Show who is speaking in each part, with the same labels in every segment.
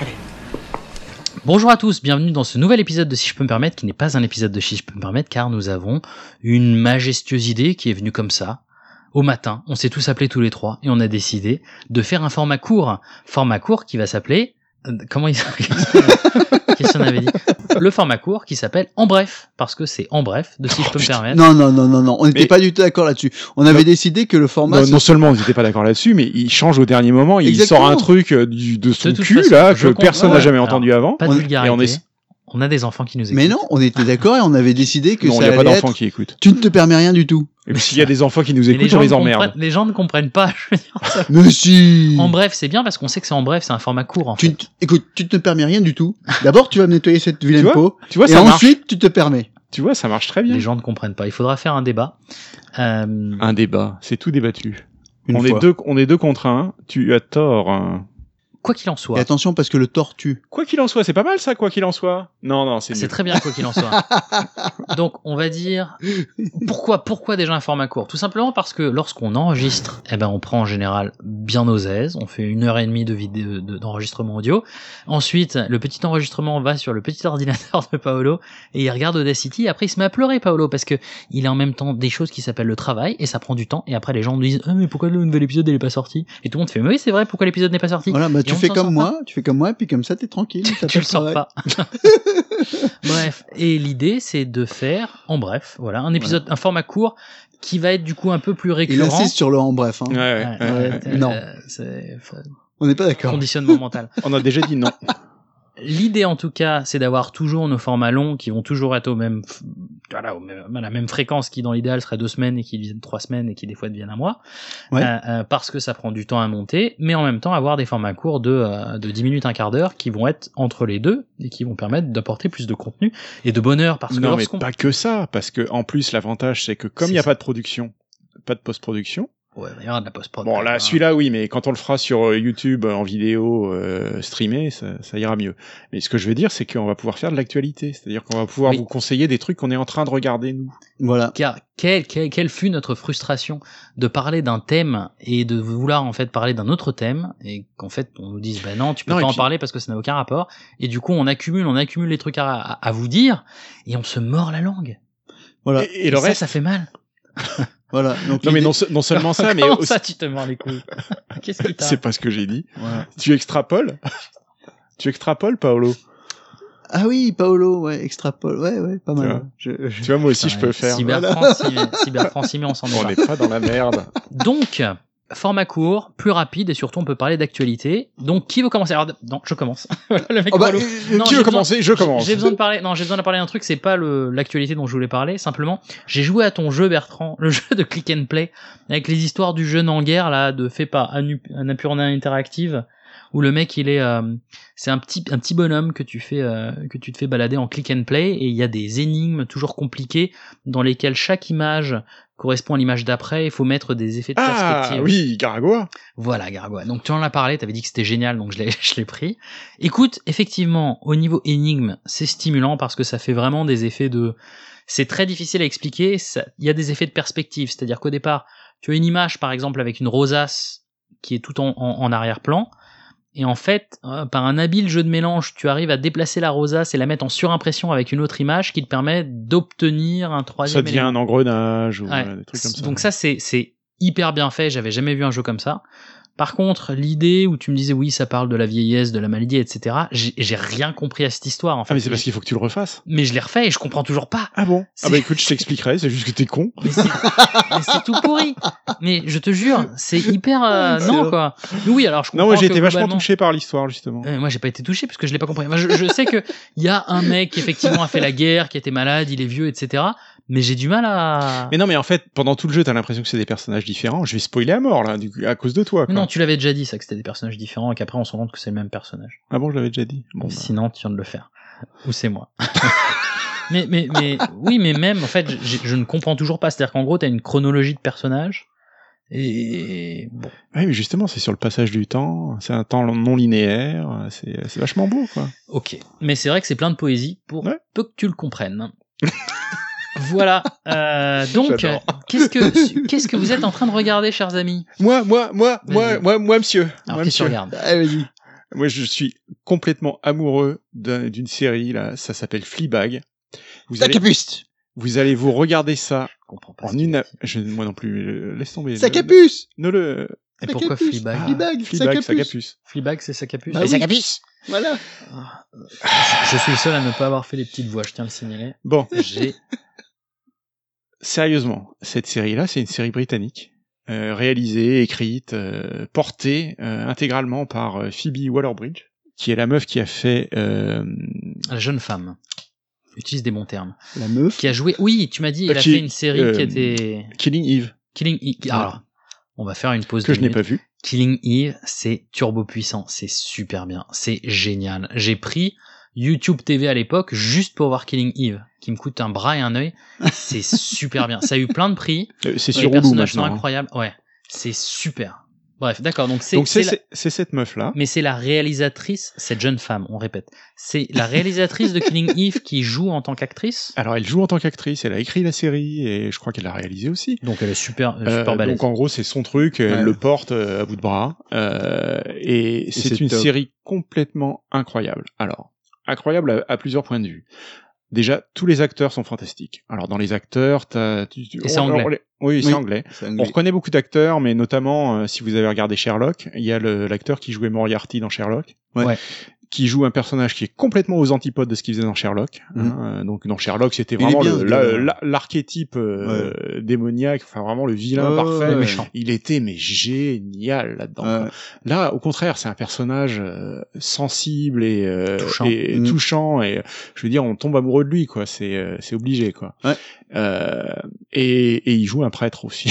Speaker 1: Allez.
Speaker 2: Bonjour à tous, bienvenue dans ce nouvel épisode de Si je peux me permettre, qui n'est pas un épisode de Si je peux me permettre, car nous avons une majestueuse idée qui est venue comme ça. Au matin, on s'est tous appelés tous les trois et on a décidé de faire un format court. Format court qui va s'appeler... euh, Comment il Qu'est-ce qu'on avait dit Le format court qui s'appelle En bref, parce que c'est En bref de Si je peux
Speaker 3: Oh,
Speaker 2: me permettre.
Speaker 4: Non, non, non, non, non. On n'était
Speaker 3: Hein Mais-
Speaker 4: pas du tout d'accord là-dessus. On avait
Speaker 3: Non.
Speaker 4: décidé que le format.
Speaker 3: Non,
Speaker 4: se-
Speaker 3: non seulement on n'était pas d'accord là-dessus, mais il change au dernier moment, il
Speaker 4: Exactement.
Speaker 3: sort un truc euh, du- de son
Speaker 2: toute
Speaker 3: cul
Speaker 2: façon,
Speaker 3: là
Speaker 2: je
Speaker 3: que
Speaker 2: comprends.
Speaker 3: personne n'a
Speaker 2: Ouais.
Speaker 3: jamais
Speaker 2: Alors,
Speaker 3: entendu avant.
Speaker 2: Pas de
Speaker 4: on-
Speaker 2: vulgarité.
Speaker 3: et
Speaker 2: On,
Speaker 3: on est-
Speaker 2: a des enfants qui nous écoutent.
Speaker 4: Mais non, on était d'accord et on avait décidé que
Speaker 3: non, il
Speaker 4: ça
Speaker 3: n'y a pas
Speaker 4: allait
Speaker 3: d'enfants
Speaker 4: être.
Speaker 3: qui écoutent.
Speaker 4: Tu ne te permets rien du tout.
Speaker 3: Et puis s'il y a des enfants qui nous
Speaker 2: Mais les,
Speaker 3: écoutent,
Speaker 2: gens
Speaker 3: on les
Speaker 2: ne
Speaker 3: emmerde.
Speaker 2: comprennent- les gens ne comprennent pas. je veux dire.
Speaker 4: Mais si.
Speaker 2: En bref, c'est bien parce qu'on sait que c'est en bref, c'est un format court. En
Speaker 4: Tu ne
Speaker 2: fait.
Speaker 4: te- écoute, tu ne te permets rien du tout. D'abord, tu vas me nettoyer cette vilaine peau.
Speaker 3: Tu vois,
Speaker 4: et
Speaker 3: ça marche.
Speaker 4: ensuite, tu te permets.
Speaker 3: Tu vois, ça marche très bien.
Speaker 2: Les gens ne comprennent pas. Il faudra faire un débat. Euh,
Speaker 3: Un débat, c'est tout débattu.
Speaker 4: Une
Speaker 3: on
Speaker 4: fois.
Speaker 3: est deux, on est deux contre un. Tu as tort. hein.
Speaker 2: quoi qu'il en
Speaker 4: Et
Speaker 2: soit,
Speaker 4: attention parce que le tortue.
Speaker 3: Quoi qu'il en soit, c'est pas mal ça. Quoi qu'il en soit. Non, non, c'est
Speaker 2: c'est
Speaker 3: nul.
Speaker 2: très bien quoi qu'il en soit. Donc on va dire pourquoi pourquoi déjà un format court Tout simplement parce que lorsqu'on enregistre, eh ben on prend en général bien nos aises, on fait une heure et demie de vidéo de- d'enregistrement audio. Ensuite, le petit enregistrement va sur le petit ordinateur de Paolo et il regarde Audacity. Après, il se met à pleurer Paolo parce que il a en même temps des choses qui s'appellent le travail et ça prend du temps. Et après, les gens nous disent Ah, mais pourquoi le nouvel épisode il est pas sorti Et tout le monde fait mais oui c'est vrai pourquoi l'épisode n'est pas sorti
Speaker 4: Voilà, bah, tu
Speaker 2: on
Speaker 4: fais
Speaker 2: s'en
Speaker 4: comme
Speaker 2: sort
Speaker 4: moi, tu fais comme moi, puis comme ça, t'es tranquille. t'as
Speaker 2: tu
Speaker 4: pas
Speaker 2: le
Speaker 4: de
Speaker 2: sors
Speaker 4: travail.
Speaker 2: pas. bref, et l'idée c'est de faire, en bref, voilà, un épisode, un format court qui va être du coup un peu plus
Speaker 4: Il
Speaker 2: récurrent.
Speaker 4: insiste sur le en bref. hein.
Speaker 3: Ouais, ouais,
Speaker 2: Ouais,
Speaker 3: ouais.
Speaker 2: ouais,
Speaker 4: euh, non.
Speaker 2: c'est faut-
Speaker 4: On n'est pas d'accord.
Speaker 2: conditionnement mental.
Speaker 3: On a déjà dit non.
Speaker 2: L'idée en tout cas, c'est d'avoir toujours nos formats longs qui vont toujours être au même, f- voilà, au même- à la même fréquence qui dans l'idéal serait deux semaines et qui deviennent trois semaines et qui des fois deviennent un mois,
Speaker 4: Ouais.
Speaker 2: Euh, euh, parce que ça prend du temps à monter, mais en même temps avoir des formats courts de euh, de dix minutes un quart d'heure qui vont être entre les deux et qui vont permettre d'apporter plus de contenu et de bonheur parce que
Speaker 3: non, mais
Speaker 2: lorsqu'on
Speaker 3: pas que ça, parce que en plus l'avantage c'est que comme
Speaker 2: C'est
Speaker 3: il n'y a
Speaker 2: ça.
Speaker 3: pas de production, pas de post-production,
Speaker 2: ouais, il y aura de la post-prod.
Speaker 3: Bon, là, celui-là, oui, mais quand on le fera sur euh, YouTube euh, en vidéo euh, streamée, ça, ça ira mieux. Mais ce que je veux dire, c'est qu'on va pouvoir faire de l'actualité. C'est-à-dire qu'on va pouvoir
Speaker 2: Oui.
Speaker 3: vous conseiller des trucs qu'on est en train de regarder, nous.
Speaker 4: Voilà.
Speaker 2: Car quelle, quelle, quelle fut notre frustration de parler d'un thème et de vouloir en fait parler d'un autre thème et qu'en fait on nous dise bah non tu peux
Speaker 3: Non,
Speaker 2: pas
Speaker 3: et
Speaker 2: en
Speaker 3: puis-
Speaker 2: parler parce que ça n'a aucun rapport et du coup on accumule on accumule les trucs à, à, à vous dire et on se mord la langue
Speaker 4: Voilà.
Speaker 3: Et, et le
Speaker 2: ça
Speaker 3: reste...
Speaker 2: ça fait mal
Speaker 4: Voilà. Donc,
Speaker 3: Non, mais
Speaker 4: l'idée-
Speaker 3: non, se- non seulement ça, mais
Speaker 2: Comment
Speaker 3: aussi...
Speaker 2: ça tu te mords les couilles qu'est-ce qui t'a
Speaker 3: C'est pas ce que j'ai dit.
Speaker 4: Voilà.
Speaker 3: Tu extrapoles Tu extrapoles, Paolo
Speaker 4: Ah oui, Paolo, ouais, extrapole. Ouais, ouais, pas
Speaker 3: Tu
Speaker 4: mal.
Speaker 3: vois.
Speaker 4: Je- je-
Speaker 3: Tu vois, moi aussi, je peux faire.
Speaker 2: cyber
Speaker 3: Voilà.
Speaker 2: France s'y met- Cyber France s'y met, on s'en est
Speaker 3: On
Speaker 2: pas.
Speaker 3: n'est pas dans la merde.
Speaker 2: Donc, format court, plus rapide et surtout on peut parler d'actualité. Donc, qui veut commencer Alors, d- non, je commence. Voilà, le mec
Speaker 4: Oh, bah,
Speaker 2: relou.
Speaker 4: euh,
Speaker 2: Non,
Speaker 3: Qui
Speaker 2: j'ai
Speaker 3: veut
Speaker 2: besoin-
Speaker 3: commencer Je commence.
Speaker 2: J'ai besoin de parler. Non, j'ai besoin de parler d'un truc. C'est pas le- l'actualité dont je voulais parler. Simplement, j'ai joué à ton jeu, Bertrand, le jeu de click and play avec les histoires du jeune en guerre là, de fait par Anu- Annapurna Interactive, où le mec il est, euh, c'est un petit un petit bonhomme que tu fais euh, que tu te fais balader en click and play et il y a des énigmes toujours compliquées dans lesquelles chaque image correspond à l'image d'après. Il faut mettre des effets de
Speaker 3: Ah,
Speaker 2: perspective.
Speaker 3: oui, Garagua.
Speaker 2: Voilà, Gargoyle. Donc tu en as parlé, t'avais dit que c'était génial, donc je l'ai, je l'ai pris. Écoute, effectivement, au niveau énigme, c'est stimulant parce que ça fait vraiment des effets de... C'est très difficile à expliquer, ça- il y a des effets de perspective, c'est-à-dire qu'au départ, tu as une image, par exemple, avec une rosace qui est tout en, en- en arrière-plan, et en fait, euh, par un habile jeu de mélange, tu arrives à déplacer la rosace et la mettre en surimpression avec une autre image qui te permet d'obtenir un troisième
Speaker 3: Ça devient
Speaker 2: élément.
Speaker 3: un engrenage ou
Speaker 2: Ouais.
Speaker 3: euh, des trucs comme ça.
Speaker 2: Donc ça, c'est, c'est hyper bien fait. J'avais jamais vu un jeu comme ça. Par contre, l'idée où tu me disais oui, ça parle de la vieillesse, de la maladie, etc. J'ai, j'ai rien compris à cette histoire en fait.
Speaker 3: Ah, mais c'est parce qu'il faut que tu le refasses.
Speaker 2: Mais je l'ai refait et je comprends toujours pas.
Speaker 3: Ah bon
Speaker 2: C'est-
Speaker 3: Ah bah écoute, je t'expliquerai, c'est juste que t'es con.
Speaker 2: Mais c'est, mais c'est tout pourri. Mais je te jure, c'est hyper euh,
Speaker 4: C'est
Speaker 2: non
Speaker 4: vrai.
Speaker 2: quoi. Mais oui, alors je comprends.
Speaker 3: Non, moi j'ai
Speaker 2: que
Speaker 3: été vachement
Speaker 2: globalement-
Speaker 3: touché par l'histoire justement.
Speaker 2: Euh, moi, j'ai pas été touché parce que je l'ai pas compris. Enfin, je, je sais que il y a un mec qui effectivement a fait la guerre, qui était malade, il est vieux, etc. Mais j'ai du mal à.
Speaker 3: Mais non, mais en fait, pendant tout le jeu, t'as l'impression que c'est des personnages différents. Je vais spoiler à mort là, du coup, à cause de toi.
Speaker 2: Mais
Speaker 3: Quoi.
Speaker 2: non, tu l'avais déjà dit ça que c'était des personnages différents et qu'après on se rend compte que c'est le même personnage.
Speaker 3: Ah bon, je l'avais déjà dit. Bon, bah.
Speaker 2: Sinon, tu viens de le faire. Ou c'est moi. mais, mais, mais, oui, mais même, en fait, j'ai- je ne comprends toujours pas. C'est-à-dire qu'en gros, t'as une chronologie de personnages. Et bon.
Speaker 3: Oui, mais justement, c'est sur le passage du temps, c'est un temps non linéaire, c'est c'est vachement beau, quoi.
Speaker 2: Ok. Mais c'est vrai que c'est plein de poésie pour
Speaker 3: Ouais.
Speaker 2: peu que tu le comprennes. voilà. Euh, donc,
Speaker 3: J'adore.
Speaker 2: qu'est-ce que qu'est-ce que vous êtes en train de regarder, chers amis
Speaker 3: Moi, moi, moi,
Speaker 2: Vas-y.
Speaker 3: moi, moi, moi, monsieur.
Speaker 2: Alors,
Speaker 3: moi,
Speaker 2: qu'est-ce que tu
Speaker 3: monsieur.
Speaker 2: regardes
Speaker 4: Allez, vas-y.
Speaker 3: Moi, je suis complètement amoureux d'un- d'une série, là, ça s'appelle Fleabag. Vous allez,
Speaker 4: Sacapuste
Speaker 3: vous allez vous regarder ça
Speaker 2: Je comprends pas. ce
Speaker 3: en
Speaker 2: qu'il
Speaker 3: une...
Speaker 2: dit.
Speaker 3: a- Je, moi non plus, euh, laisse tomber. Ne-
Speaker 4: Sacapuce
Speaker 3: Ne le...
Speaker 2: Et pourquoi
Speaker 4: Sacapuce.
Speaker 2: Fleabag
Speaker 4: Ah. Fleabag,
Speaker 3: Fleabag,
Speaker 4: Sacapuce.
Speaker 3: Sacapuce.
Speaker 2: Fleabag, c'est Sacapus
Speaker 4: Bah oui. Voilà
Speaker 2: Je suis le seul à ne pas avoir fait les petites voix, je tiens à le signaler.
Speaker 3: Bon,
Speaker 2: J'ai
Speaker 3: sérieusement, cette série-là, c'est une série britannique, euh, réalisée, écrite, euh, portée euh, intégralement par euh, Phoebe Waller-Bridge, qui est la meuf qui a fait euh,
Speaker 2: la jeune femme. Utilise des bons termes.
Speaker 4: La meuf
Speaker 2: Qui a joué. Oui, tu m'as dit, elle a
Speaker 3: Qui-
Speaker 2: fait une série
Speaker 3: euh,
Speaker 2: qui était
Speaker 3: Killing Eve,
Speaker 2: Killing Eve. Alors, on va faire une pause.
Speaker 3: que
Speaker 2: de
Speaker 3: je n'ai
Speaker 2: minutes.
Speaker 3: pas vue.
Speaker 2: Killing Eve, c'est turbo puissant, c'est super bien, c'est génial. J'ai pris YouTube TV à l'époque juste pour voir Killing Eve, qui me coûte un bras et un œil. C'est super bien. Ça a eu plein de prix.
Speaker 3: Euh, c'est
Speaker 2: les
Speaker 3: sur Hulu
Speaker 2: personnages sont
Speaker 3: maintenant. hein.
Speaker 2: incroyables. Ouais, c'est super. Bref, d'accord. Donc c'est
Speaker 3: Donc c'est
Speaker 2: c'est la-
Speaker 3: c'est- c'est cette meuf-là.
Speaker 2: mais c'est la réalisatrice, cette jeune femme, on répète, c'est la réalisatrice de Killing Eve qui joue en tant qu'actrice.
Speaker 3: Alors elle joue en tant qu'actrice, elle a écrit la série et je crois qu'elle l'a réalisée aussi.
Speaker 2: Donc elle est super, euh,
Speaker 3: Euh,
Speaker 2: super balèze.
Speaker 3: donc en gros c'est son truc, elle
Speaker 4: Ouais.
Speaker 3: le porte euh, à bout de bras euh, et, c'est
Speaker 4: c'est
Speaker 3: une
Speaker 4: top.
Speaker 3: série complètement incroyable. Alors incroyable à, à plusieurs points de vue. Déjà tous les acteurs sont fantastiques. Alors dans les acteurs, t'as, tu, tu-
Speaker 2: Et c'est anglais.
Speaker 3: les- oui, c'est
Speaker 4: Oui.
Speaker 3: anglais.
Speaker 4: C'est
Speaker 3: On
Speaker 4: anglais.
Speaker 3: reconnaît beaucoup d'acteurs, mais notamment euh, si vous avez regardé Sherlock, il y a le- l'acteur qui jouait Moriarty dans Sherlock.
Speaker 4: Ouais.
Speaker 2: Ouais.
Speaker 3: Qui joue un personnage qui est complètement aux antipodes de ce qu'il faisait dans Sherlock. hein.
Speaker 4: Mhm.
Speaker 3: Euh, donc dans Sherlock, c'était
Speaker 4: Il est
Speaker 3: vraiment
Speaker 4: bien,
Speaker 3: le-
Speaker 4: ce
Speaker 3: la-
Speaker 4: gars-là.
Speaker 3: la- l'archétype euh, démoniaque, enfin vraiment le vilain
Speaker 4: Ouais,
Speaker 3: parfait.
Speaker 4: ouais,
Speaker 2: Le
Speaker 4: ouais.
Speaker 2: méchant.
Speaker 3: Il était mais génial là-dedans.
Speaker 4: Ouais.
Speaker 3: Là, au contraire, c'est un personnage euh, sensible et, euh,
Speaker 2: Touchant.
Speaker 3: et
Speaker 4: Mm.
Speaker 3: touchant et je veux dire, on tombe amoureux de lui quoi. C'est euh, c'est obligé quoi.
Speaker 4: Ouais.
Speaker 3: Euh, et, et il joue un prêtre aussi.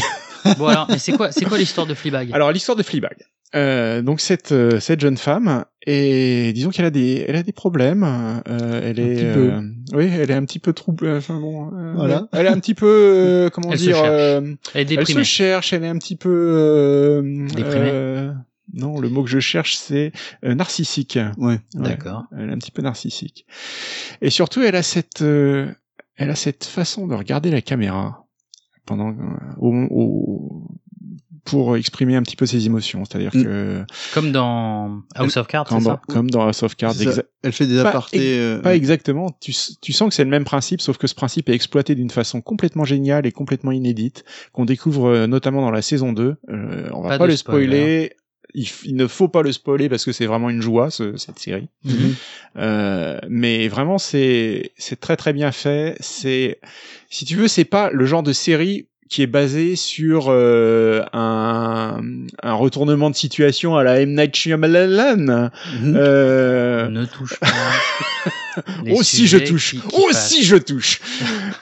Speaker 2: Bon alors, mais c'est quoi, c'est quoi l'histoire de Fleabag
Speaker 3: Alors l'histoire de Fleabag. Euh, donc cette euh, cette jeune femme et disons qu'elle a des elle a des problèmes. euh, elle
Speaker 4: Un
Speaker 3: est
Speaker 4: petit peu.
Speaker 3: euh, oui elle est un petit peu troublée. Enfin bon euh,
Speaker 4: Voilà.
Speaker 3: Elle est un petit peu euh, comment
Speaker 2: Elle se
Speaker 3: dire.
Speaker 2: cherche.
Speaker 3: euh,
Speaker 2: Elle est
Speaker 3: elle
Speaker 2: déprimée.
Speaker 3: se cherche. Elle est un petit peu. euh,
Speaker 2: Déprimée.
Speaker 3: euh, non, le mot que je cherche, c'est euh, narcissique.
Speaker 4: Ouais.
Speaker 3: Ouais.
Speaker 2: D'accord.
Speaker 3: Elle est un petit peu narcissique. Et surtout, elle a cette, euh, elle a cette façon de regarder la caméra pendant, euh, au- au- pour exprimer un petit peu ses émotions. C'est-à-dire
Speaker 4: Mm.
Speaker 3: que,
Speaker 2: Comme dans House of Cards,
Speaker 3: comme
Speaker 2: Ah, c'est
Speaker 3: dans,
Speaker 2: ça
Speaker 3: comme dans House of Cards,
Speaker 4: C'est ça.
Speaker 3: exa-
Speaker 4: Elle fait des
Speaker 3: Pas
Speaker 4: apartés. euh,
Speaker 3: pas exactement. Tu, s- tu sens que c'est le même principe, sauf que ce principe est exploité d'une façon complètement géniale et complètement inédite, qu'on découvre euh, notamment dans la saison 2. Euh, on va
Speaker 2: Pas
Speaker 3: pas,
Speaker 2: de
Speaker 3: le spoiler. Il, f- il ne faut pas le spoiler parce que c'est vraiment une joie, ce- cette série.
Speaker 2: Mhm.
Speaker 3: Euh, mais vraiment, c'est c'est très très bien fait. C'est si tu veux, c'est pas le genre de série qui est basée sur euh, un, un retournement de situation à la M Night
Speaker 2: Mm.
Speaker 3: Shyamalan.
Speaker 4: mhm.
Speaker 3: Euh,
Speaker 2: Ne touche pas. les
Speaker 3: oh si je
Speaker 2: sujets
Speaker 3: touche,
Speaker 2: qui- qui
Speaker 3: oh
Speaker 2: fâchent.
Speaker 3: si je touche.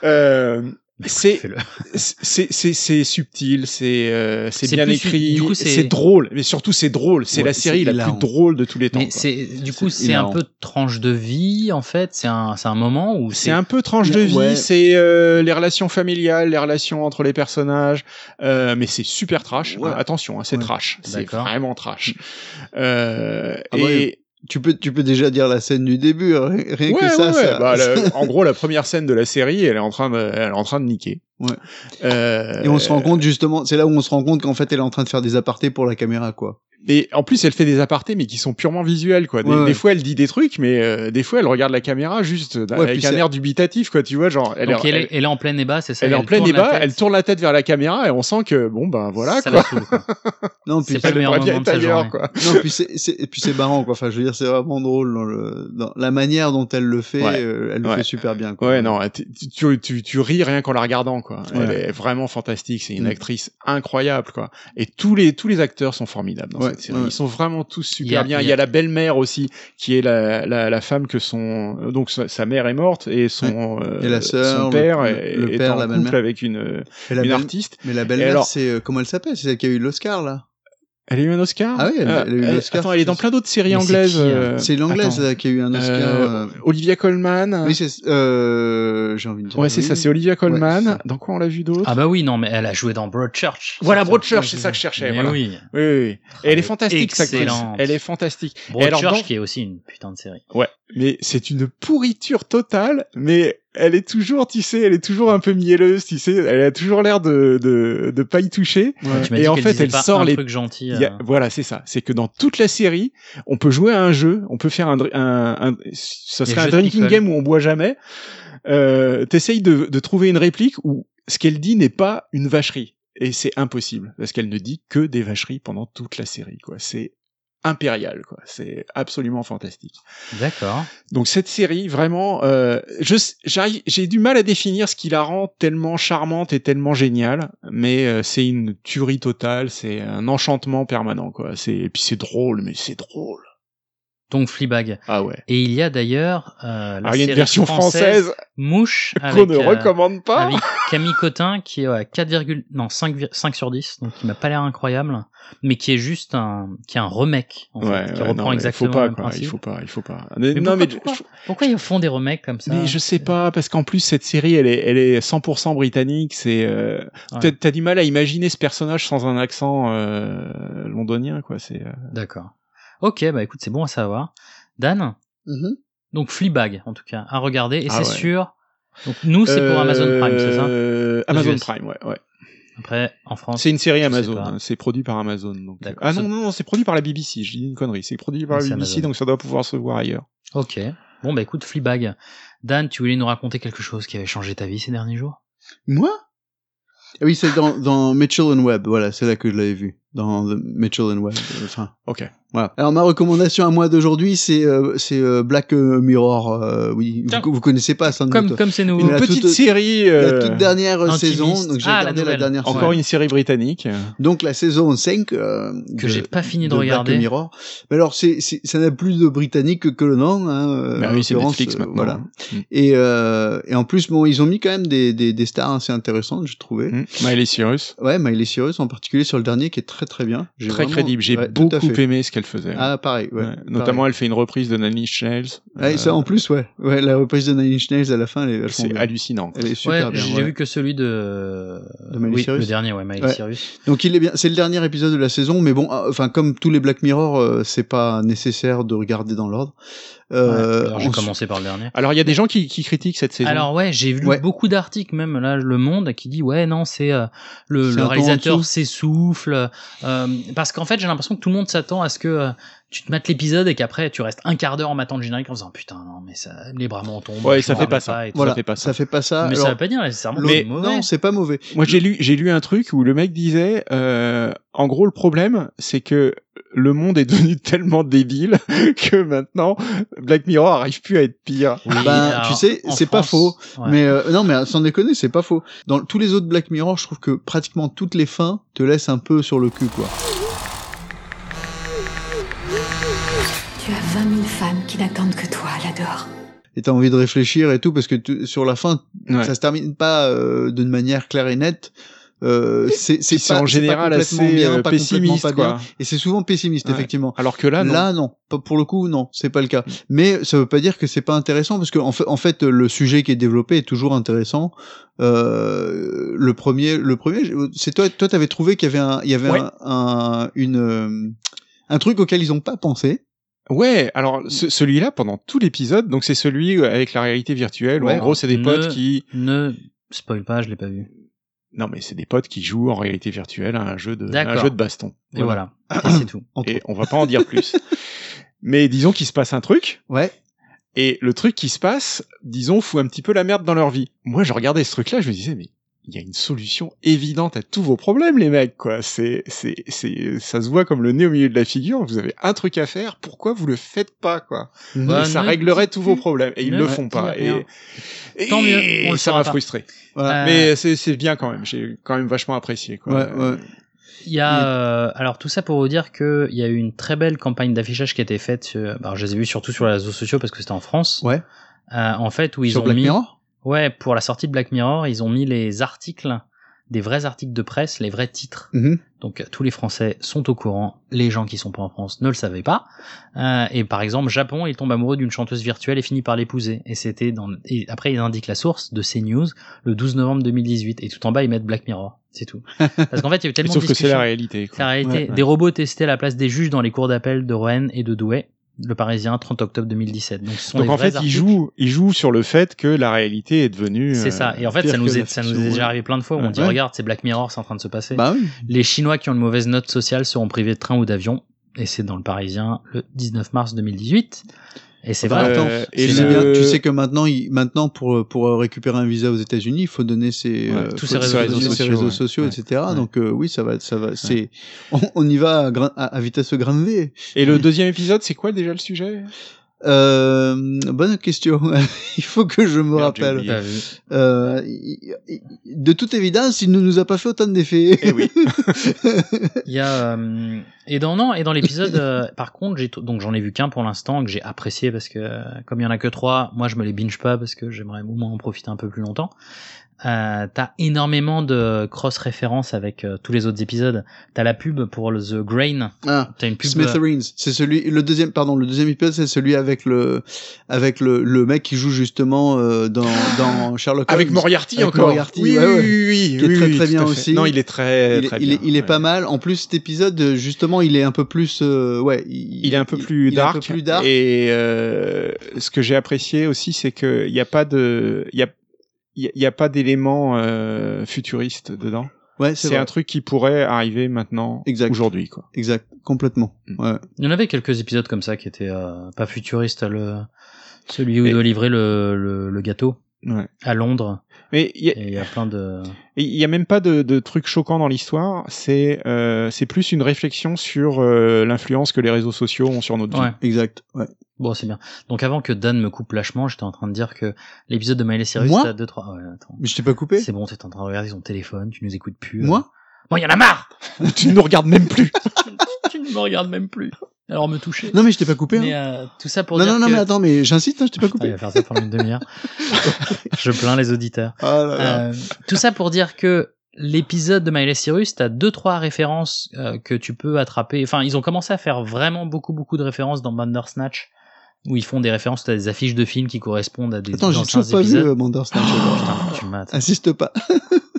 Speaker 3: euh,
Speaker 2: Écoute,
Speaker 3: c'est-
Speaker 2: fais-le.
Speaker 3: c'est c'est c'est subtil, c'est euh, c'est
Speaker 2: C'est
Speaker 3: bien
Speaker 2: plus sub-
Speaker 3: écrit,
Speaker 2: du coup, c'est-
Speaker 3: c'est drôle, mais surtout c'est drôle. C'est
Speaker 4: Ouais,
Speaker 3: la série
Speaker 4: c'est
Speaker 3: la
Speaker 4: hilarant.
Speaker 3: plus drôle de tous les temps.
Speaker 2: Mais
Speaker 3: quoi.
Speaker 2: c'est du coup
Speaker 4: C'est
Speaker 2: c'est un
Speaker 4: hilarant.
Speaker 2: peu de tranche de vie en fait. C'est un c'est un moment où
Speaker 3: C'est un peu tranche de vie,
Speaker 4: Ouais.
Speaker 3: c'est euh, les relations familiales, les relations entre les personnages, euh, mais c'est super trash.
Speaker 4: Ouais.
Speaker 3: hein, attention, hein, c'est
Speaker 4: Ouais. Mm.
Speaker 3: trash, c'est
Speaker 2: D'accord.
Speaker 3: vraiment trash. Euh,
Speaker 4: Ah
Speaker 3: et
Speaker 4: ouais, Tu peux, tu peux déjà dire la scène du début, hein, rien rien
Speaker 3: Ouais,
Speaker 4: que ça.
Speaker 3: ouais,
Speaker 4: ça-
Speaker 3: ouais, bah, la- en gros, la première scène de la série, elle est en train de, elle est en train de niquer.
Speaker 4: Ouais.
Speaker 3: Euh,
Speaker 4: Et on se rend compte justement, c'est là où on se rend compte qu'en fait elle est en train de faire des apartés pour la caméra, quoi.
Speaker 3: Et en plus, elle fait des apartés, mais qui sont purement visuels, quoi. Des,
Speaker 4: Ouais, ouais.
Speaker 3: des fois, elle dit des trucs, mais euh, des fois, elle regarde la caméra juste euh,
Speaker 4: Ouais,
Speaker 3: avec
Speaker 4: puis
Speaker 3: un
Speaker 4: c'est-
Speaker 3: air dubitatif, quoi. Tu vois, genre, elle,
Speaker 2: Donc
Speaker 3: est,
Speaker 2: elle,
Speaker 3: elle-
Speaker 2: est, elle est en plein ébat, c'est ça
Speaker 3: elle est en plein
Speaker 2: tourne la
Speaker 3: débat,
Speaker 2: tête.
Speaker 3: elle tourne la tête vers la caméra et on sent que bon ben voilà
Speaker 2: ça la
Speaker 3: quoi.
Speaker 2: saoule, quoi.
Speaker 4: Non,
Speaker 2: C'est
Speaker 4: puis
Speaker 2: pas le meilleur
Speaker 3: pourrait bien
Speaker 2: moment de
Speaker 3: être
Speaker 2: sa
Speaker 3: ailleurs,
Speaker 2: journée.
Speaker 3: quoi.
Speaker 4: Non, puis c'est, c'est- et puis c'est marrant, quoi. Enfin, je veux dire, c'est vraiment drôle dans, le, dans la manière dont elle le fait.
Speaker 3: Ouais.
Speaker 4: euh, elle le
Speaker 3: Ouais.
Speaker 4: fait super bien, quoi.
Speaker 3: Ouais, non, tu, tu, tu, tu ris rien qu'en la regardant, quoi.
Speaker 4: Ouais.
Speaker 3: Elle est vraiment fantastique, c'est une
Speaker 4: Mm.
Speaker 3: actrice incroyable, quoi. Et tous les, tous les acteurs sont formidables dans
Speaker 4: Ouais,
Speaker 3: cette série.
Speaker 4: ouais.
Speaker 3: Ils sont vraiment tous
Speaker 2: Il y
Speaker 3: super
Speaker 2: a-
Speaker 3: bien.
Speaker 2: il y
Speaker 3: Il
Speaker 2: a-
Speaker 3: y a la belle-mère aussi, qui est la, la, la femme que son, donc sa, sa mère est morte et son, euh,
Speaker 4: Et la sœur,
Speaker 3: son
Speaker 4: le-
Speaker 3: père
Speaker 4: le-
Speaker 3: est,
Speaker 4: le
Speaker 3: est
Speaker 4: père,
Speaker 3: en
Speaker 4: la
Speaker 3: couple
Speaker 4: belle-mère.
Speaker 3: avec une,
Speaker 4: Mais la,
Speaker 3: une
Speaker 4: belle-
Speaker 3: artiste.
Speaker 4: mais la belle-mère,
Speaker 3: alors-
Speaker 4: c'est euh, comment elle s'appelle C'est celle qui a eu l'Oscar là.
Speaker 3: Elle a eu un Oscar
Speaker 4: Ah oui, elle- elle a eu l'Oscar,
Speaker 3: Attends, elle est dans
Speaker 4: je sais.
Speaker 3: plein d'autres séries
Speaker 2: Mais c'est
Speaker 3: anglaises.
Speaker 2: qui, hein
Speaker 3: euh,
Speaker 4: C'est l'anglaise
Speaker 3: attends.
Speaker 4: là, qui a eu un Oscar.
Speaker 3: Euh,
Speaker 4: euh,
Speaker 3: Olivia
Speaker 2: Ah.
Speaker 3: Colman.
Speaker 4: Oui, c'est. Euh, J'ai envie de dire.
Speaker 3: ouais, c'est
Speaker 4: oui.
Speaker 3: ça, c'est Olivia Colman.
Speaker 4: Ouais, c'est ça.
Speaker 3: dans quoi on l'a vu d'autre
Speaker 2: Ah bah oui, non, mais elle a joué dans Broadchurch.
Speaker 3: Voilà,
Speaker 2: Ça,
Speaker 3: Broadchurch, c'est ça que je cherchais,
Speaker 2: Mais
Speaker 3: voilà.
Speaker 2: oui.
Speaker 3: Eh Oui, Ah, oui, oui. Et elle est fantastique, cette actrice.
Speaker 2: Excellente.
Speaker 3: Elle est fantastique. Et alors,
Speaker 2: Broadchurch
Speaker 3: dans-
Speaker 2: qui est aussi une putain de série.
Speaker 3: Ouais, mais c'est une pourriture totale, mais elle est toujours, tu sais, elle est toujours un peu mielleuse, tu sais, elle a toujours l'air de, de, de pas y toucher.
Speaker 2: Ouais, tu m'as
Speaker 3: Et
Speaker 2: dit
Speaker 3: en
Speaker 2: qu'elle
Speaker 3: fait,
Speaker 2: disait
Speaker 3: elle
Speaker 2: pas
Speaker 3: sort
Speaker 2: un
Speaker 3: les-
Speaker 2: truc gentil.
Speaker 3: Il y a-
Speaker 2: euh.
Speaker 3: voilà, c'est ça. C'est que dans toute la série, on peut jouer à un jeu, on peut faire un, dr- un, un- ce
Speaker 2: Les
Speaker 3: serait un
Speaker 2: jeux de
Speaker 3: drinking
Speaker 2: people.
Speaker 3: game où on boit jamais. Euh, T'essayes de, de trouver une réplique où ce qu'elle dit n'est pas une vacherie. Et c'est impossible, parce qu'elle ne dit que des vacheries pendant toute la série, quoi. C'est impérial, quoi. C'est absolument fantastique.
Speaker 2: euh. D'accord.
Speaker 3: Donc cette série, vraiment, euh, je s- j'arrive- j'ai du mal à définir ce qui la rend tellement charmante et tellement géniale, mais euh, c'est une tuerie totale, c'est un enchantement permanent, quoi. C'est et puis c'est drôle, mais c'est drôle.
Speaker 2: Donc Fleabag.
Speaker 3: Ah ouais.
Speaker 2: Et il y a d'ailleurs euh, la
Speaker 3: Alors Ah, il y a
Speaker 2: série
Speaker 3: une version française,
Speaker 2: Mouche
Speaker 3: qu'on
Speaker 2: avec,
Speaker 3: ne
Speaker 2: euh,
Speaker 3: recommande pas.
Speaker 2: avec Camille Cotin qui est à 4, non 5, 5 sur 10 donc qui m'a pas l'air incroyable mais qui est juste un qui est un remake en fait,
Speaker 3: Ouais,
Speaker 2: qui
Speaker 3: ouais,
Speaker 2: reprend
Speaker 3: non, mais
Speaker 2: exactement
Speaker 3: faut pas,
Speaker 2: le même
Speaker 3: quoi.
Speaker 2: principe.
Speaker 3: Il faut pas, il faut pas. Mais
Speaker 2: Mais
Speaker 3: non,
Speaker 2: pourquoi,
Speaker 3: mais
Speaker 2: pourquoi,
Speaker 3: je-
Speaker 2: pourquoi ils font des remakes comme ça
Speaker 3: Mais je sais pas, parce qu'en plus cette série, elle est, elle est 100% britannique. C'est, euh,
Speaker 2: Ouais.
Speaker 3: t'as- t'as du mal à imaginer ce personnage sans un accent euh, londonien, quoi. C'est euh,
Speaker 2: D'accord. Ok, bah écoute, c'est bon à savoir. Dan, Mm-hmm.
Speaker 4: Mhm.
Speaker 2: donc Fleabag, en tout cas, à regarder, et
Speaker 3: Ah
Speaker 2: c'est
Speaker 3: ouais.
Speaker 2: sûr. Donc nous, c'est pour Amazon Prime, c'est ça
Speaker 3: Euh, Amazon
Speaker 2: US.
Speaker 3: Prime, ouais. ouais.
Speaker 2: Après, en France.
Speaker 3: C'est une série
Speaker 2: je sais
Speaker 3: Amazon,
Speaker 2: pas.
Speaker 3: hein, c'est produit par Amazon. Donc...
Speaker 2: D'accord.
Speaker 3: Ah
Speaker 2: Ce-
Speaker 3: non, non, non, c'est produit par la BBC, je dis une connerie. C'est produit par
Speaker 2: Ouais,
Speaker 3: la
Speaker 2: c'est
Speaker 3: BBC,
Speaker 2: Amazon.
Speaker 3: donc ça doit pouvoir se voir ailleurs.
Speaker 2: Ok. Bon, bah écoute, Fleabag. Dan, tu voulais nous raconter quelque chose qui avait changé ta vie ces derniers jours
Speaker 4: Moi Ah Oui, c'est dans, dans Mitchell and Webb, voilà, c'est là que je l'avais vu, dans the Mitchell and Webb. euh, Enfin,
Speaker 3: Ok.
Speaker 4: voilà. Alors ma recommandation à moi d'aujourd'hui, c'est euh, c'est euh, Black Mirror. euh, oui,
Speaker 2: Tiens.
Speaker 4: vous, vous connaissez pas sans
Speaker 2: Comme
Speaker 4: doute.
Speaker 2: comme c'est
Speaker 3: Une
Speaker 2: nouveau.
Speaker 4: la
Speaker 3: petite
Speaker 4: toute-
Speaker 3: série, euh,
Speaker 4: La toute dernière
Speaker 2: Intimiste.
Speaker 4: saison, donc j'ai
Speaker 2: Ah, la
Speaker 4: regardé la,
Speaker 2: nouvelle.
Speaker 4: dernière
Speaker 3: encore
Speaker 4: saison.
Speaker 3: une série britannique.
Speaker 4: Donc la saison 5 euh,
Speaker 2: Que
Speaker 4: de-
Speaker 2: j'ai pas fini de
Speaker 4: Black
Speaker 2: regarder.
Speaker 4: Mirror. Mais alors c'est c'est- ça n'a plus de britannique que- que le nom. Hein, euh,
Speaker 3: Bah
Speaker 4: en
Speaker 3: oui, c'est
Speaker 4: l'occurrence,
Speaker 3: Netflix
Speaker 4: euh,
Speaker 3: maintenant.
Speaker 4: Voilà.
Speaker 3: Mm.
Speaker 4: Et euh, et en plus bon, ils ont mis quand même des des, des stars assez intéressantes, je trouvais.
Speaker 3: Mm. Miley Cyrus,
Speaker 4: Ouais, Miley Cyrus en particulier sur le dernier qui est très très bien. J'ai
Speaker 3: très
Speaker 4: vraiment-
Speaker 3: crédible. J'ai
Speaker 4: ouais, tout à
Speaker 3: beaucoup
Speaker 4: fait.
Speaker 3: aimé ce qu'elle faisait.
Speaker 4: Ah pareil, ouais.
Speaker 3: Ouais. Notamment, elle fait une reprise de Nanny Schnells.
Speaker 4: pareil. Ouais, ça en plus, ouais. Ouais, la reprise de Nine Inch Nails à la fin, elle est vachement
Speaker 3: Euh, c'est
Speaker 4: bien.
Speaker 3: hallucinant.
Speaker 4: Elle est
Speaker 2: Ouais,
Speaker 4: super bien.
Speaker 2: j'ai
Speaker 4: ouais.
Speaker 2: vu que celui de.
Speaker 4: De Miley
Speaker 2: oui,
Speaker 4: Cyrus
Speaker 2: le dernier, ouais, Miley
Speaker 4: Ouais.
Speaker 2: Cyrus.
Speaker 4: Donc il est bien. C'est le dernier épisode de la saison, mais bon, ah, enfin comme tous les Black Mirror, euh, c'est pas nécessaire de regarder dans l'ordre.
Speaker 2: Ouais.
Speaker 4: Euh,
Speaker 2: Alors, j'ai
Speaker 4: ensuite-
Speaker 2: commencé par le dernier.
Speaker 3: Alors, il y a des gens qui, qui critiquent cette saison.
Speaker 2: Alors ouais, j'ai lu
Speaker 4: Ouais.
Speaker 2: beaucoup d'articles, même là, Le Monde, qui dit ouais non, c'est euh, le,
Speaker 4: C'est
Speaker 2: le
Speaker 4: un temps en
Speaker 2: réalisateur
Speaker 4: dessous.
Speaker 2: s'essouffle, euh, parce qu'en fait j'ai l'impression que tout le monde s'attend à ce que euh, tu te mates l'épisode et qu'après tu restes un quart d'heure en matant le générique en faisant putain non mais ça, les bras m'en tombent.
Speaker 3: Ouais,
Speaker 2: je
Speaker 3: ça
Speaker 2: m'en
Speaker 3: fait
Speaker 2: remets
Speaker 3: pas ça.
Speaker 2: et tout.
Speaker 4: Voilà,
Speaker 3: ça fait pas ça.
Speaker 4: Ça fait pas ça.
Speaker 2: Mais
Speaker 4: Alors,
Speaker 2: ça veut pas dire nécessairement que
Speaker 4: l'autre-
Speaker 2: c'est mauvais.
Speaker 4: non, c'est pas mauvais.
Speaker 3: Moi, j'ai lu, j'ai lu un truc où le mec disait, euh, en gros, le problème, c'est que le monde est devenu tellement débile que maintenant, Black Mirror arrive plus à être pire.
Speaker 2: Oui,
Speaker 4: Ben,
Speaker 2: alors,
Speaker 4: tu sais,
Speaker 2: en
Speaker 4: c'est pas
Speaker 2: France, ouais.
Speaker 4: Mais euh, non, mais sans déconner, c'est pas faux. Dans tous les autres Black Mirror, je trouve que pratiquement toutes les fins te laissent un peu sur le cul, quoi.
Speaker 5: Tu as 20 000 femmes qui n'attendent que toi là-dehors.
Speaker 4: Et t'as envie de réfléchir et tout parce que tu- sur la fin,
Speaker 3: Ouais.
Speaker 4: ça se termine pas euh, d'une manière claire et nette. Euh, c'est
Speaker 3: Puis
Speaker 4: c'est
Speaker 3: c'est
Speaker 4: pas-
Speaker 3: en
Speaker 4: c'est pas
Speaker 3: général
Speaker 4: complètement
Speaker 3: assez
Speaker 4: bien,
Speaker 3: euh,
Speaker 4: pas complètement
Speaker 3: pessimiste,
Speaker 4: pas bien.
Speaker 3: quoi.
Speaker 4: Et c'est souvent pessimiste,
Speaker 3: Ouais.
Speaker 4: effectivement.
Speaker 3: Alors que là, non. Mm.
Speaker 4: Là, non. Pas pour le coup, non, c'est pas le cas. Mais ça veut pas dire que c'est pas intéressant, parce que en fait, en fait, le sujet qui est développé est toujours intéressant. Euh, le premier, le premier, c'est toi, toi, t'avais trouvé qu'il y avait un, il y avait
Speaker 3: Ouais.
Speaker 4: un, un- une, euh, un truc auquel ils ont pas pensé.
Speaker 3: ouais. Alors ce- celui-là, pendant tout l'épisode, donc c'est celui euh, avec la réalité virtuelle. où
Speaker 4: Ouais.
Speaker 3: en gros, c'est des
Speaker 2: Ne-
Speaker 3: potes qui.
Speaker 2: Ne spoil pas, je l'ai pas vu.
Speaker 3: Non, mais c'est des potes qui jouent en réalité virtuelle à un jeu de, à un
Speaker 2: D'accord.
Speaker 3: jeu de baston.
Speaker 2: Et voilà, Et c'est tout.
Speaker 3: Et on va pas en dire plus. mais disons qu'il se passe un truc.
Speaker 4: Ouais.
Speaker 3: Et le truc qui se passe, disons, fout un petit peu la merde dans leur vie. Moi, je regardais ce truc-là, je me disais, mais il y a une solution évidente à tous vos problèmes, les mecs, quoi. C'est, c'est, c'est, ça se voit comme le nez au milieu de la figure. Vous avez un truc à faire. Pourquoi vous le faites pas, quoi?
Speaker 2: Bah,
Speaker 3: et ça
Speaker 2: ne-
Speaker 3: réglerait tous vos problèmes. Et ils
Speaker 2: ne
Speaker 3: le
Speaker 2: dis
Speaker 3: font pas.
Speaker 2: rien.
Speaker 3: Et, et
Speaker 2: Tant mieux, on le
Speaker 3: ça
Speaker 2: saura
Speaker 3: m'a
Speaker 2: pas.
Speaker 3: frustré.
Speaker 4: Voilà.
Speaker 2: Euh,
Speaker 3: Mais c'est, c'est bien quand même. J'ai quand même vachement apprécié, quoi.
Speaker 4: Ouais, ouais.
Speaker 2: Il y a euh, alors tout ça pour vous dire que il y a eu une très belle campagne d'affichage qui a été faite. sur- alors je les ai vues surtout sur les réseaux sociaux parce que c'était en France.
Speaker 4: Ouais.
Speaker 2: Euh, en fait, où ils
Speaker 4: Sur
Speaker 2: ont
Speaker 4: Black
Speaker 2: mis
Speaker 4: Mirror.
Speaker 2: ouais pour la sortie de Black Mirror, ils ont mis les articles des vrais articles de presse, les vrais titres.
Speaker 4: Mhm.
Speaker 2: Donc euh, tous les Français sont au courant, les gens qui sont pas en France ne le savaient pas. Euh, et par exemple, Japon, il tombe amoureux d'une chanteuse virtuelle et finit par l'épouser. Et c'était dans. le- Et après, il indique la source de CNews le 12 novembre 2018. Et tout en bas, ils mettent Black Mirror. C'est tout. Parce qu'en fait, il y a eu tellement de
Speaker 3: Sauf que c'est
Speaker 2: discussions.
Speaker 3: la réalité.
Speaker 2: C'est la
Speaker 3: Quoi.
Speaker 2: réalité.
Speaker 3: Ouais, ouais.
Speaker 2: Des robots testés à la place des juges dans les cours d'appel de Rennes et de Douai. Le Parisien, 30 octobre 2017. Donc, ce sont
Speaker 3: Donc
Speaker 2: les
Speaker 3: en
Speaker 2: vrais
Speaker 3: fait, il
Speaker 2: articles.
Speaker 3: joue, il joue sur le fait que la réalité est devenue.
Speaker 2: C'est
Speaker 3: euh,
Speaker 2: ça. Et en fait,
Speaker 4: pire
Speaker 2: ça
Speaker 4: que
Speaker 2: nous
Speaker 4: la
Speaker 2: est, ça nous
Speaker 4: fiction,
Speaker 2: est
Speaker 4: ouais.
Speaker 2: déjà arrivé plein de fois où on dit
Speaker 4: Ouais.
Speaker 2: regarde, c'est Black Mirror, c'est en train de se passer.
Speaker 4: Bah oui.
Speaker 2: Les Chinois qui ont une mauvaise note sociale seront privés de train ou d'avion. Et c'est dans le Parisien le 19 mars 2018. Et c'est
Speaker 4: Bah,
Speaker 2: vrai.
Speaker 4: attends,
Speaker 3: Euh,
Speaker 4: c'est
Speaker 3: et
Speaker 4: si
Speaker 3: le-
Speaker 4: bien, tu sais que maintenant, il- maintenant pour, pour récupérer un visa aux États-Unis, il faut donner ses,
Speaker 3: Ouais,
Speaker 4: euh,
Speaker 2: tous
Speaker 4: faut
Speaker 2: ses
Speaker 4: donner
Speaker 2: réseaux
Speaker 4: ses
Speaker 3: sociaux,
Speaker 4: réseaux
Speaker 3: ouais.
Speaker 4: sociaux,
Speaker 3: Ouais.
Speaker 4: etc. Donc euh, oui, ça va, ça va. C'est, on, on y va à, grain- à, à vitesse grand V.
Speaker 3: Et le deuxième épisode, c'est quoi déjà le sujet
Speaker 4: Euh, bonne question. il faut que je me
Speaker 3: Merde, j'ai
Speaker 4: rappelle.
Speaker 3: oublié.
Speaker 2: Pas vu.
Speaker 4: Euh, il- il- de toute évidence, il ne nous a pas fait autant d'effets.
Speaker 3: Eh oui.
Speaker 2: Il y a euh, et dans non et dans l'épisode euh, par contre j'ai tout- donc j'en ai vu qu'un pour l'instant que j'ai apprécié parce que euh, comme il y en a que trois moi je me les binge pas parce que j'aimerais au moins en profiter un peu plus longtemps. Euh, t'as énormément de cross références avec euh, tous les autres épisodes. T'as la pub pour le The Grain.
Speaker 4: Ah,
Speaker 2: T'as une pub.
Speaker 3: bah,
Speaker 2: euh,
Speaker 4: Smithereens, c'est celui, le deuxième, pardon, le deuxième épisode, c'est celui avec le, avec le, le mec qui joue justement euh, dans, dans Sherlock Holmes.
Speaker 3: Avec Moriarty
Speaker 4: Avec
Speaker 3: encore.
Speaker 4: Moriarty,
Speaker 3: oui,
Speaker 4: ouais, ouais.
Speaker 3: oui, oui, oui,
Speaker 4: Qui est
Speaker 3: oui,
Speaker 4: très,
Speaker 3: oui,
Speaker 4: très
Speaker 3: tout
Speaker 4: bien
Speaker 3: à fait.
Speaker 4: aussi.
Speaker 3: Non, il est très,
Speaker 4: il, est-
Speaker 3: très
Speaker 4: il est-
Speaker 3: bien,
Speaker 4: il est
Speaker 3: ouais.
Speaker 4: pas mal. En plus, cet épisode, euh, justement, il est un peu plus, euh, ouais,
Speaker 3: Il est un peu plus
Speaker 4: il est un
Speaker 3: dark.
Speaker 4: peu plus dark.
Speaker 3: Et euh, ce que j'ai apprécié aussi, c'est que il n'y a pas de, il y a, il y a- il y a pas d'élément euh, futuriste dedans.
Speaker 4: Ouais, c'est
Speaker 3: C'est
Speaker 4: vrai.
Speaker 3: un truc qui pourrait arriver maintenant,
Speaker 4: Exact.
Speaker 3: aujourd'hui, quoi.
Speaker 4: Exact, complètement.
Speaker 3: Mm.
Speaker 4: Ouais.
Speaker 2: Il y en avait quelques épisodes comme ça qui étaient euh, pas futuristes. Le celui où
Speaker 3: Et-
Speaker 2: il doit livrer le, le, le gâteau
Speaker 3: Ouais.
Speaker 2: à Londres.
Speaker 3: Mais il y a,
Speaker 2: Et il y a plein de
Speaker 3: Et Il y a même pas de, de truc choquant dans l'histoire. C'est euh, c'est plus une réflexion sur euh, l'influence que les réseaux sociaux ont sur notre
Speaker 2: ouais.
Speaker 3: vie.
Speaker 4: Exact. Ouais.
Speaker 2: Bon, c'est bien. Donc avant que Dan me coupe lâchement, j'étais en train de dire que l'épisode de Miley Cyrus,
Speaker 4: Moi
Speaker 2: t'as deux, trois... Ouais, attends.
Speaker 4: Mais je t'ai pas coupé.
Speaker 2: C'est bon, t'es en train de regarder son téléphone, tu nous écoutes plus. euh.
Speaker 4: Moi
Speaker 2: Bon, il y en a marre
Speaker 3: tu ne nous regardes même plus.
Speaker 2: Tu ne me regardes même plus. Alors me toucher.
Speaker 4: Non, mais je t'ai pas coupé. hein.
Speaker 2: Mais euh, tout ça pour
Speaker 4: Non,
Speaker 2: dire
Speaker 4: non, non,
Speaker 2: que... Ah,
Speaker 4: mais attends, mais j'insiste, hein, je t'ai pas
Speaker 2: Putain, il
Speaker 4: coupé.
Speaker 2: va faire ça pendant une demi-heure. Je plains les auditeurs.
Speaker 4: Ah là là.
Speaker 2: Euh, tout ça pour dire que l'épisode de Miley Cyrus, t'as deux trois références euh, que tu peux attraper. Enfin, ils ont commencé à faire vraiment beaucoup beaucoup de références dans Bandersnatch, où ils font des références, t'as des affiches de films qui correspondent à des
Speaker 4: Attends, j'ai
Speaker 2: anciens
Speaker 4: toujours pas vu
Speaker 2: épisodes.
Speaker 4: euh, Bandersnatch.
Speaker 2: Oh,
Speaker 4: alors.
Speaker 2: putain, faut que tu mates.
Speaker 4: Insiste pas.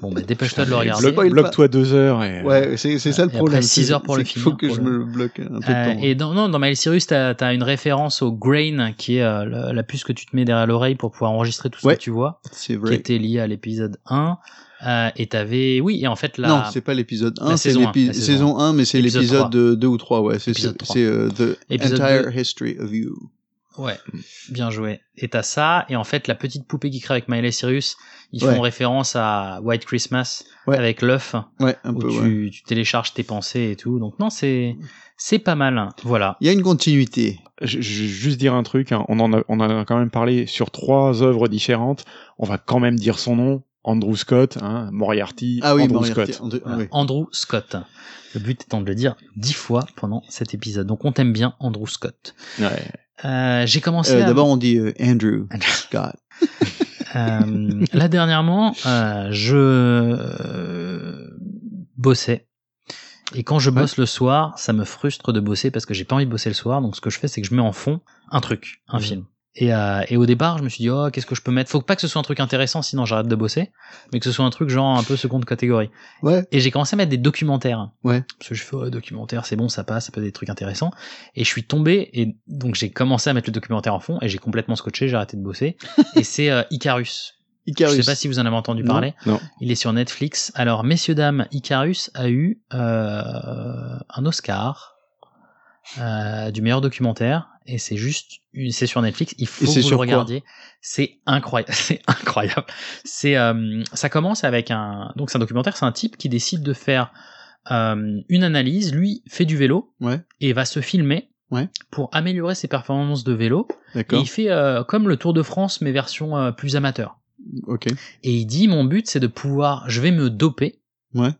Speaker 2: Bon, bah dépêche-toi de le regarder.
Speaker 4: Le boy-
Speaker 3: Bloque-toi deux heures et. euh,
Speaker 4: Ouais, c'est c'est ça le
Speaker 2: Et après,
Speaker 4: problème.
Speaker 2: six
Speaker 4: c'est-
Speaker 2: heures pour
Speaker 4: c'est
Speaker 2: le
Speaker 4: qu'il
Speaker 2: film,
Speaker 4: faut
Speaker 2: hein,
Speaker 4: que
Speaker 2: pour
Speaker 4: je
Speaker 2: le-
Speaker 4: me bloque un peu
Speaker 2: Euh,
Speaker 4: de temps.
Speaker 2: et dans, non, dans Miles Cyrus, t'as as une référence au Grain, qui est euh, la, la puce que tu te mets derrière l'oreille pour pouvoir enregistrer tout ce
Speaker 4: Ouais.
Speaker 2: que tu vois,
Speaker 4: C'est
Speaker 2: qui
Speaker 4: vrai.
Speaker 2: était lié à l'épisode 1. Euh, et t'avais, oui, et en fait
Speaker 4: Non,
Speaker 2: là,
Speaker 4: c'est pas l'épisode
Speaker 2: la
Speaker 4: 1, c'est
Speaker 2: saison un,
Speaker 4: l'épi-
Speaker 2: la saison
Speaker 4: saison 1, mais c'est
Speaker 2: Épisode
Speaker 4: l'épisode
Speaker 2: trois.
Speaker 4: 2 ou 3, ouais. C'est
Speaker 2: Épisode trois.
Speaker 4: c'est, euh, The
Speaker 2: Épisode
Speaker 4: Entire History of You.
Speaker 2: ouais,
Speaker 4: Mm.
Speaker 2: bien joué. Et t'as ça, et en fait la petite poupée qui crée avec Miles Cyrus, ils
Speaker 4: Ouais.
Speaker 2: font référence à White Christmas
Speaker 4: Ouais.
Speaker 2: avec l'œuf,
Speaker 4: Ouais, un
Speaker 2: où
Speaker 4: peu, ouais.
Speaker 2: tu, tu télécharges tes pensées et tout. Donc non, c'est c'est pas mal. Voilà.
Speaker 4: Il y a une continuité.
Speaker 3: Je, je- juste dire un truc. hein. On en a, on en a quand même parlé sur trois œuvres différentes. On va quand même dire son nom. Andrew Scott, hein, Moriarty,
Speaker 4: Ah oui,
Speaker 3: Andrew
Speaker 4: Moriarty,
Speaker 3: Scott.
Speaker 4: Andrew- ah
Speaker 2: Voilà.
Speaker 4: oui.
Speaker 2: Andrew Scott. Le but étant de le dire dix fois pendant cet épisode. Donc on t'aime bien, Andrew Scott.
Speaker 3: Ouais.
Speaker 2: Euh, j'ai commencé
Speaker 4: Euh,
Speaker 2: à-
Speaker 4: D'abord, on dit euh, Andrew Scott.
Speaker 2: Euh, là dernièrement, euh, je euh, bossais. Et quand je bosse le soir, ça me frustre de bosser parce que j'ai pas envie de bosser le soir. Donc ce que je fais, c'est que je mets en fond un truc,
Speaker 4: Mmh.
Speaker 2: un film. Et, euh, et au départ, je me suis dit, oh, qu'est-ce que je peux mettre Faut pas que ce soit un truc intéressant, sinon j'arrête de bosser. Mais que ce soit un truc genre un peu seconde catégorie.
Speaker 4: Ouais.
Speaker 2: Et j'ai commencé à mettre des documentaires.
Speaker 4: Ouais.
Speaker 2: Parce que je fais, ouais, documentaire, c'est bon, ça passe, ça peut être des trucs intéressants. Et je suis tombé, et donc j'ai commencé à mettre le documentaire en fond, et j'ai complètement scotché, j'ai arrêté de bosser. et c'est euh, Icarus.
Speaker 4: Icarus.
Speaker 2: Je sais pas si vous en avez entendu
Speaker 4: Non.
Speaker 2: parler.
Speaker 3: Non.
Speaker 2: Il est sur Netflix. Alors, messieurs, dames, Icarus a eu euh, un Oscar euh, du meilleur documentaire. Et c'est juste, une- c'est sur Netflix. Il faut
Speaker 4: Et
Speaker 2: que
Speaker 4: c'est
Speaker 2: vous le
Speaker 4: sur quoi
Speaker 2: regardiez. C'est incroyable. C'est incroyable. C'est, euh, ça commence avec un, donc c'est un documentaire. C'est un type qui décide de faire euh, une analyse. Lui fait du vélo
Speaker 4: Ouais.
Speaker 2: et va se filmer
Speaker 4: Ouais.
Speaker 2: pour améliorer ses performances de vélo. Et
Speaker 4: D'accord.
Speaker 2: il fait euh, comme le Tour de France, mais version euh, plus amateur.
Speaker 4: Ok.
Speaker 2: Et il dit mon but c'est de pouvoir, je vais me doper.
Speaker 4: Ouais.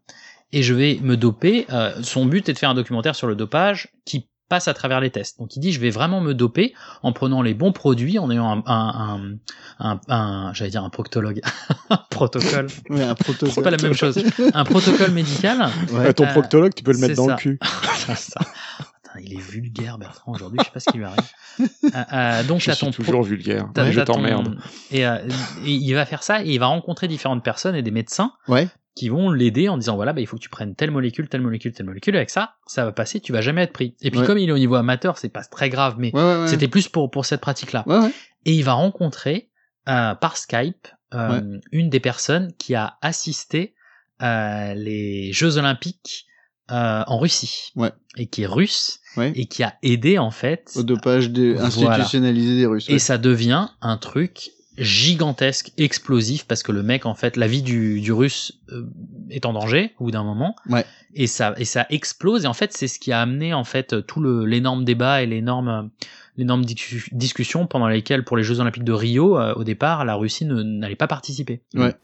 Speaker 2: Et je vais me doper. euh, son but est de faire un documentaire sur le dopage qui passe à travers les tests. Donc il dit je vais vraiment me doper en prenant les bons produits, en ayant un, un, un, un- un- j'allais dire un proctologue, un protocole,
Speaker 4: Ouais, un protocole.
Speaker 2: c'est pas la même chose, un protocole médical.
Speaker 3: Euh, ton
Speaker 2: Euh,
Speaker 3: proctologue, tu peux le
Speaker 2: c'est
Speaker 3: mettre dans
Speaker 2: ça.
Speaker 3: le cul.
Speaker 2: Ça, ça. Putain, il est vulgaire Bertrand aujourd'hui, je sais pas ce qui lui arrive. Euh, euh, donc
Speaker 3: Je
Speaker 2: t'as ton
Speaker 3: suis
Speaker 2: pro-
Speaker 3: toujours vulgaire.
Speaker 2: t'as-
Speaker 3: je
Speaker 2: t'as ton-
Speaker 3: t'emmerde.
Speaker 2: Et euh, et il va faire ça et il va rencontrer différentes personnes et des médecins
Speaker 4: Ouais.
Speaker 2: qui vont l'aider en disant voilà bah, il faut que tu prennes telle molécule telle molécule telle molécule avec ça ça va passer tu vas jamais être pris et puis
Speaker 4: Ouais.
Speaker 2: comme il est au niveau amateur c'est pas très grave mais
Speaker 4: Ouais, ouais, ouais.
Speaker 2: c'était plus pour pour cette pratique là
Speaker 4: Ouais, ouais.
Speaker 2: et il va rencontrer euh, par Skype euh, une des personnes qui a assisté euh, les Jeux Olympiques euh, en Russie
Speaker 4: Ouais.
Speaker 2: et qui est russe
Speaker 4: Ouais.
Speaker 2: et qui a aidé en fait
Speaker 4: Au dopage des...
Speaker 2: Voilà.
Speaker 4: institutionnalisé des Russes.
Speaker 2: et ça devient un truc gigantesque, explosif, parce que le mec, en fait, la vie du, du russe euh, est en danger au bout d'un moment.
Speaker 4: Ouais.
Speaker 2: Et ça, et ça explose. Et en fait, c'est ce qui a amené, en fait, tout le- l'énorme débat et l'énorme, l'énorme dis- discussion pendant lesquelles, pour les Jeux Olympiques de Rio, euh, au départ, la Russie ne- n'allait pas participer.
Speaker 4: Ouais.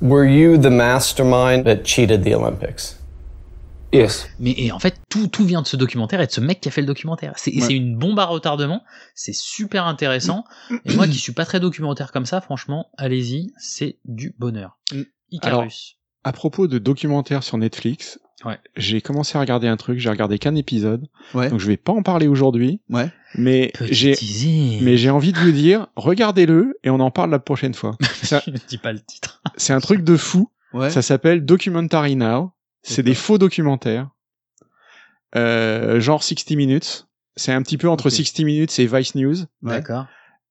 Speaker 6: Were you the mastermind that cheated the Olympics? Yes.
Speaker 2: Mais et en fait, tout, tout vient de ce documentaire et de ce mec qui a fait le documentaire. C'est et
Speaker 4: Ouais.
Speaker 2: c'est une bombe à retardement. C'est super intéressant. et moi, qui suis pas très documentaire comme ça, franchement, allez-y, c'est du bonheur.
Speaker 4: Mm.
Speaker 2: Icarus.
Speaker 3: À propos de documentaires sur Netflix,
Speaker 2: Ouais.
Speaker 3: j'ai commencé à regarder un truc, j'ai regardé qu'un épisode,
Speaker 4: Ouais.
Speaker 3: donc je vais pas en parler aujourd'hui,
Speaker 4: Ouais.
Speaker 3: mais j'ai
Speaker 2: Petit zine.
Speaker 3: mais j'ai envie de vous dire, regardez-le et on en parle la prochaine fois. C'est un-
Speaker 2: Je ne dis pas le titre.
Speaker 3: c'est un truc de fou.
Speaker 4: Ouais.
Speaker 3: Ça s'appelle Documentary Now. C'est
Speaker 2: D'accord.
Speaker 3: des faux documentaires. Euh, genre 60 Minutes. C'est un petit peu entre
Speaker 4: Ok.
Speaker 3: 60 Minutes et Vice News.
Speaker 4: Ouais.
Speaker 2: D'accord.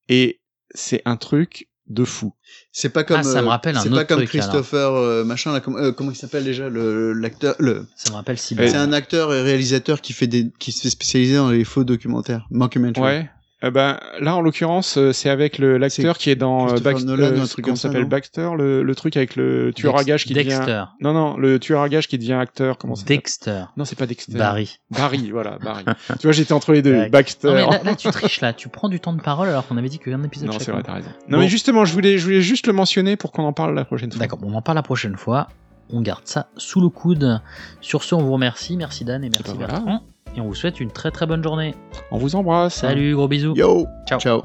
Speaker 3: Et c'est un truc de fou.
Speaker 4: C'est pas comme.
Speaker 2: Ah, ça me
Speaker 4: euh,
Speaker 2: rappelle un
Speaker 4: C'est
Speaker 2: autre
Speaker 4: pas comme
Speaker 2: truc,
Speaker 4: Christopher euh, machin là. comme- euh, comment il s'appelle déjà le l'acteur le.
Speaker 2: Ça me rappelle si
Speaker 3: Ouais.
Speaker 4: C'est un acteur et réalisateur qui fait des qui se fait spécialiser dans les faux documentaires. Mockumentary.
Speaker 3: Ouais. Euh, ben, là, en l'occurrence, euh, c'est avec le- l'acteur qui est dans euh,
Speaker 4: Christopher
Speaker 3: Baxter.
Speaker 4: Nolan ou un
Speaker 3: euh,
Speaker 4: truc
Speaker 3: comment
Speaker 4: comme ça,
Speaker 3: s'appelle
Speaker 4: non
Speaker 3: Baxter, le, le truc avec le tueur à gages qui devient.
Speaker 2: Dexter.
Speaker 3: Non, non, le tueur à gages qui devient acteur. Comment ça s'appelle
Speaker 2: Dexter.
Speaker 3: Non, c'est pas Dexter.
Speaker 2: Barry.
Speaker 3: Barry, voilà, Barry. tu vois, j'étais entre les deux.
Speaker 2: Ouais.
Speaker 3: Baxter.
Speaker 2: Non, mais là, là, tu triches, là. Tu prends du temps de parole alors qu'on avait dit qu'un épisode
Speaker 3: Non, c'est
Speaker 2: chacun.
Speaker 3: vrai, t'as raison. Non,
Speaker 2: Bon.
Speaker 3: mais justement, je voulais, je voulais juste le mentionner pour qu'on en parle la prochaine fois.
Speaker 2: D'accord, bon, on en parle la prochaine fois. On garde ça sous le coude. Sur ce, on vous remercie. Merci Dan et merci
Speaker 3: ben voilà.
Speaker 2: Bertrand. Et on vous souhaite une très très bonne journée.
Speaker 3: On vous embrasse.
Speaker 2: Salut, gros bisous.
Speaker 4: Yo.
Speaker 2: Ciao.
Speaker 4: Ciao.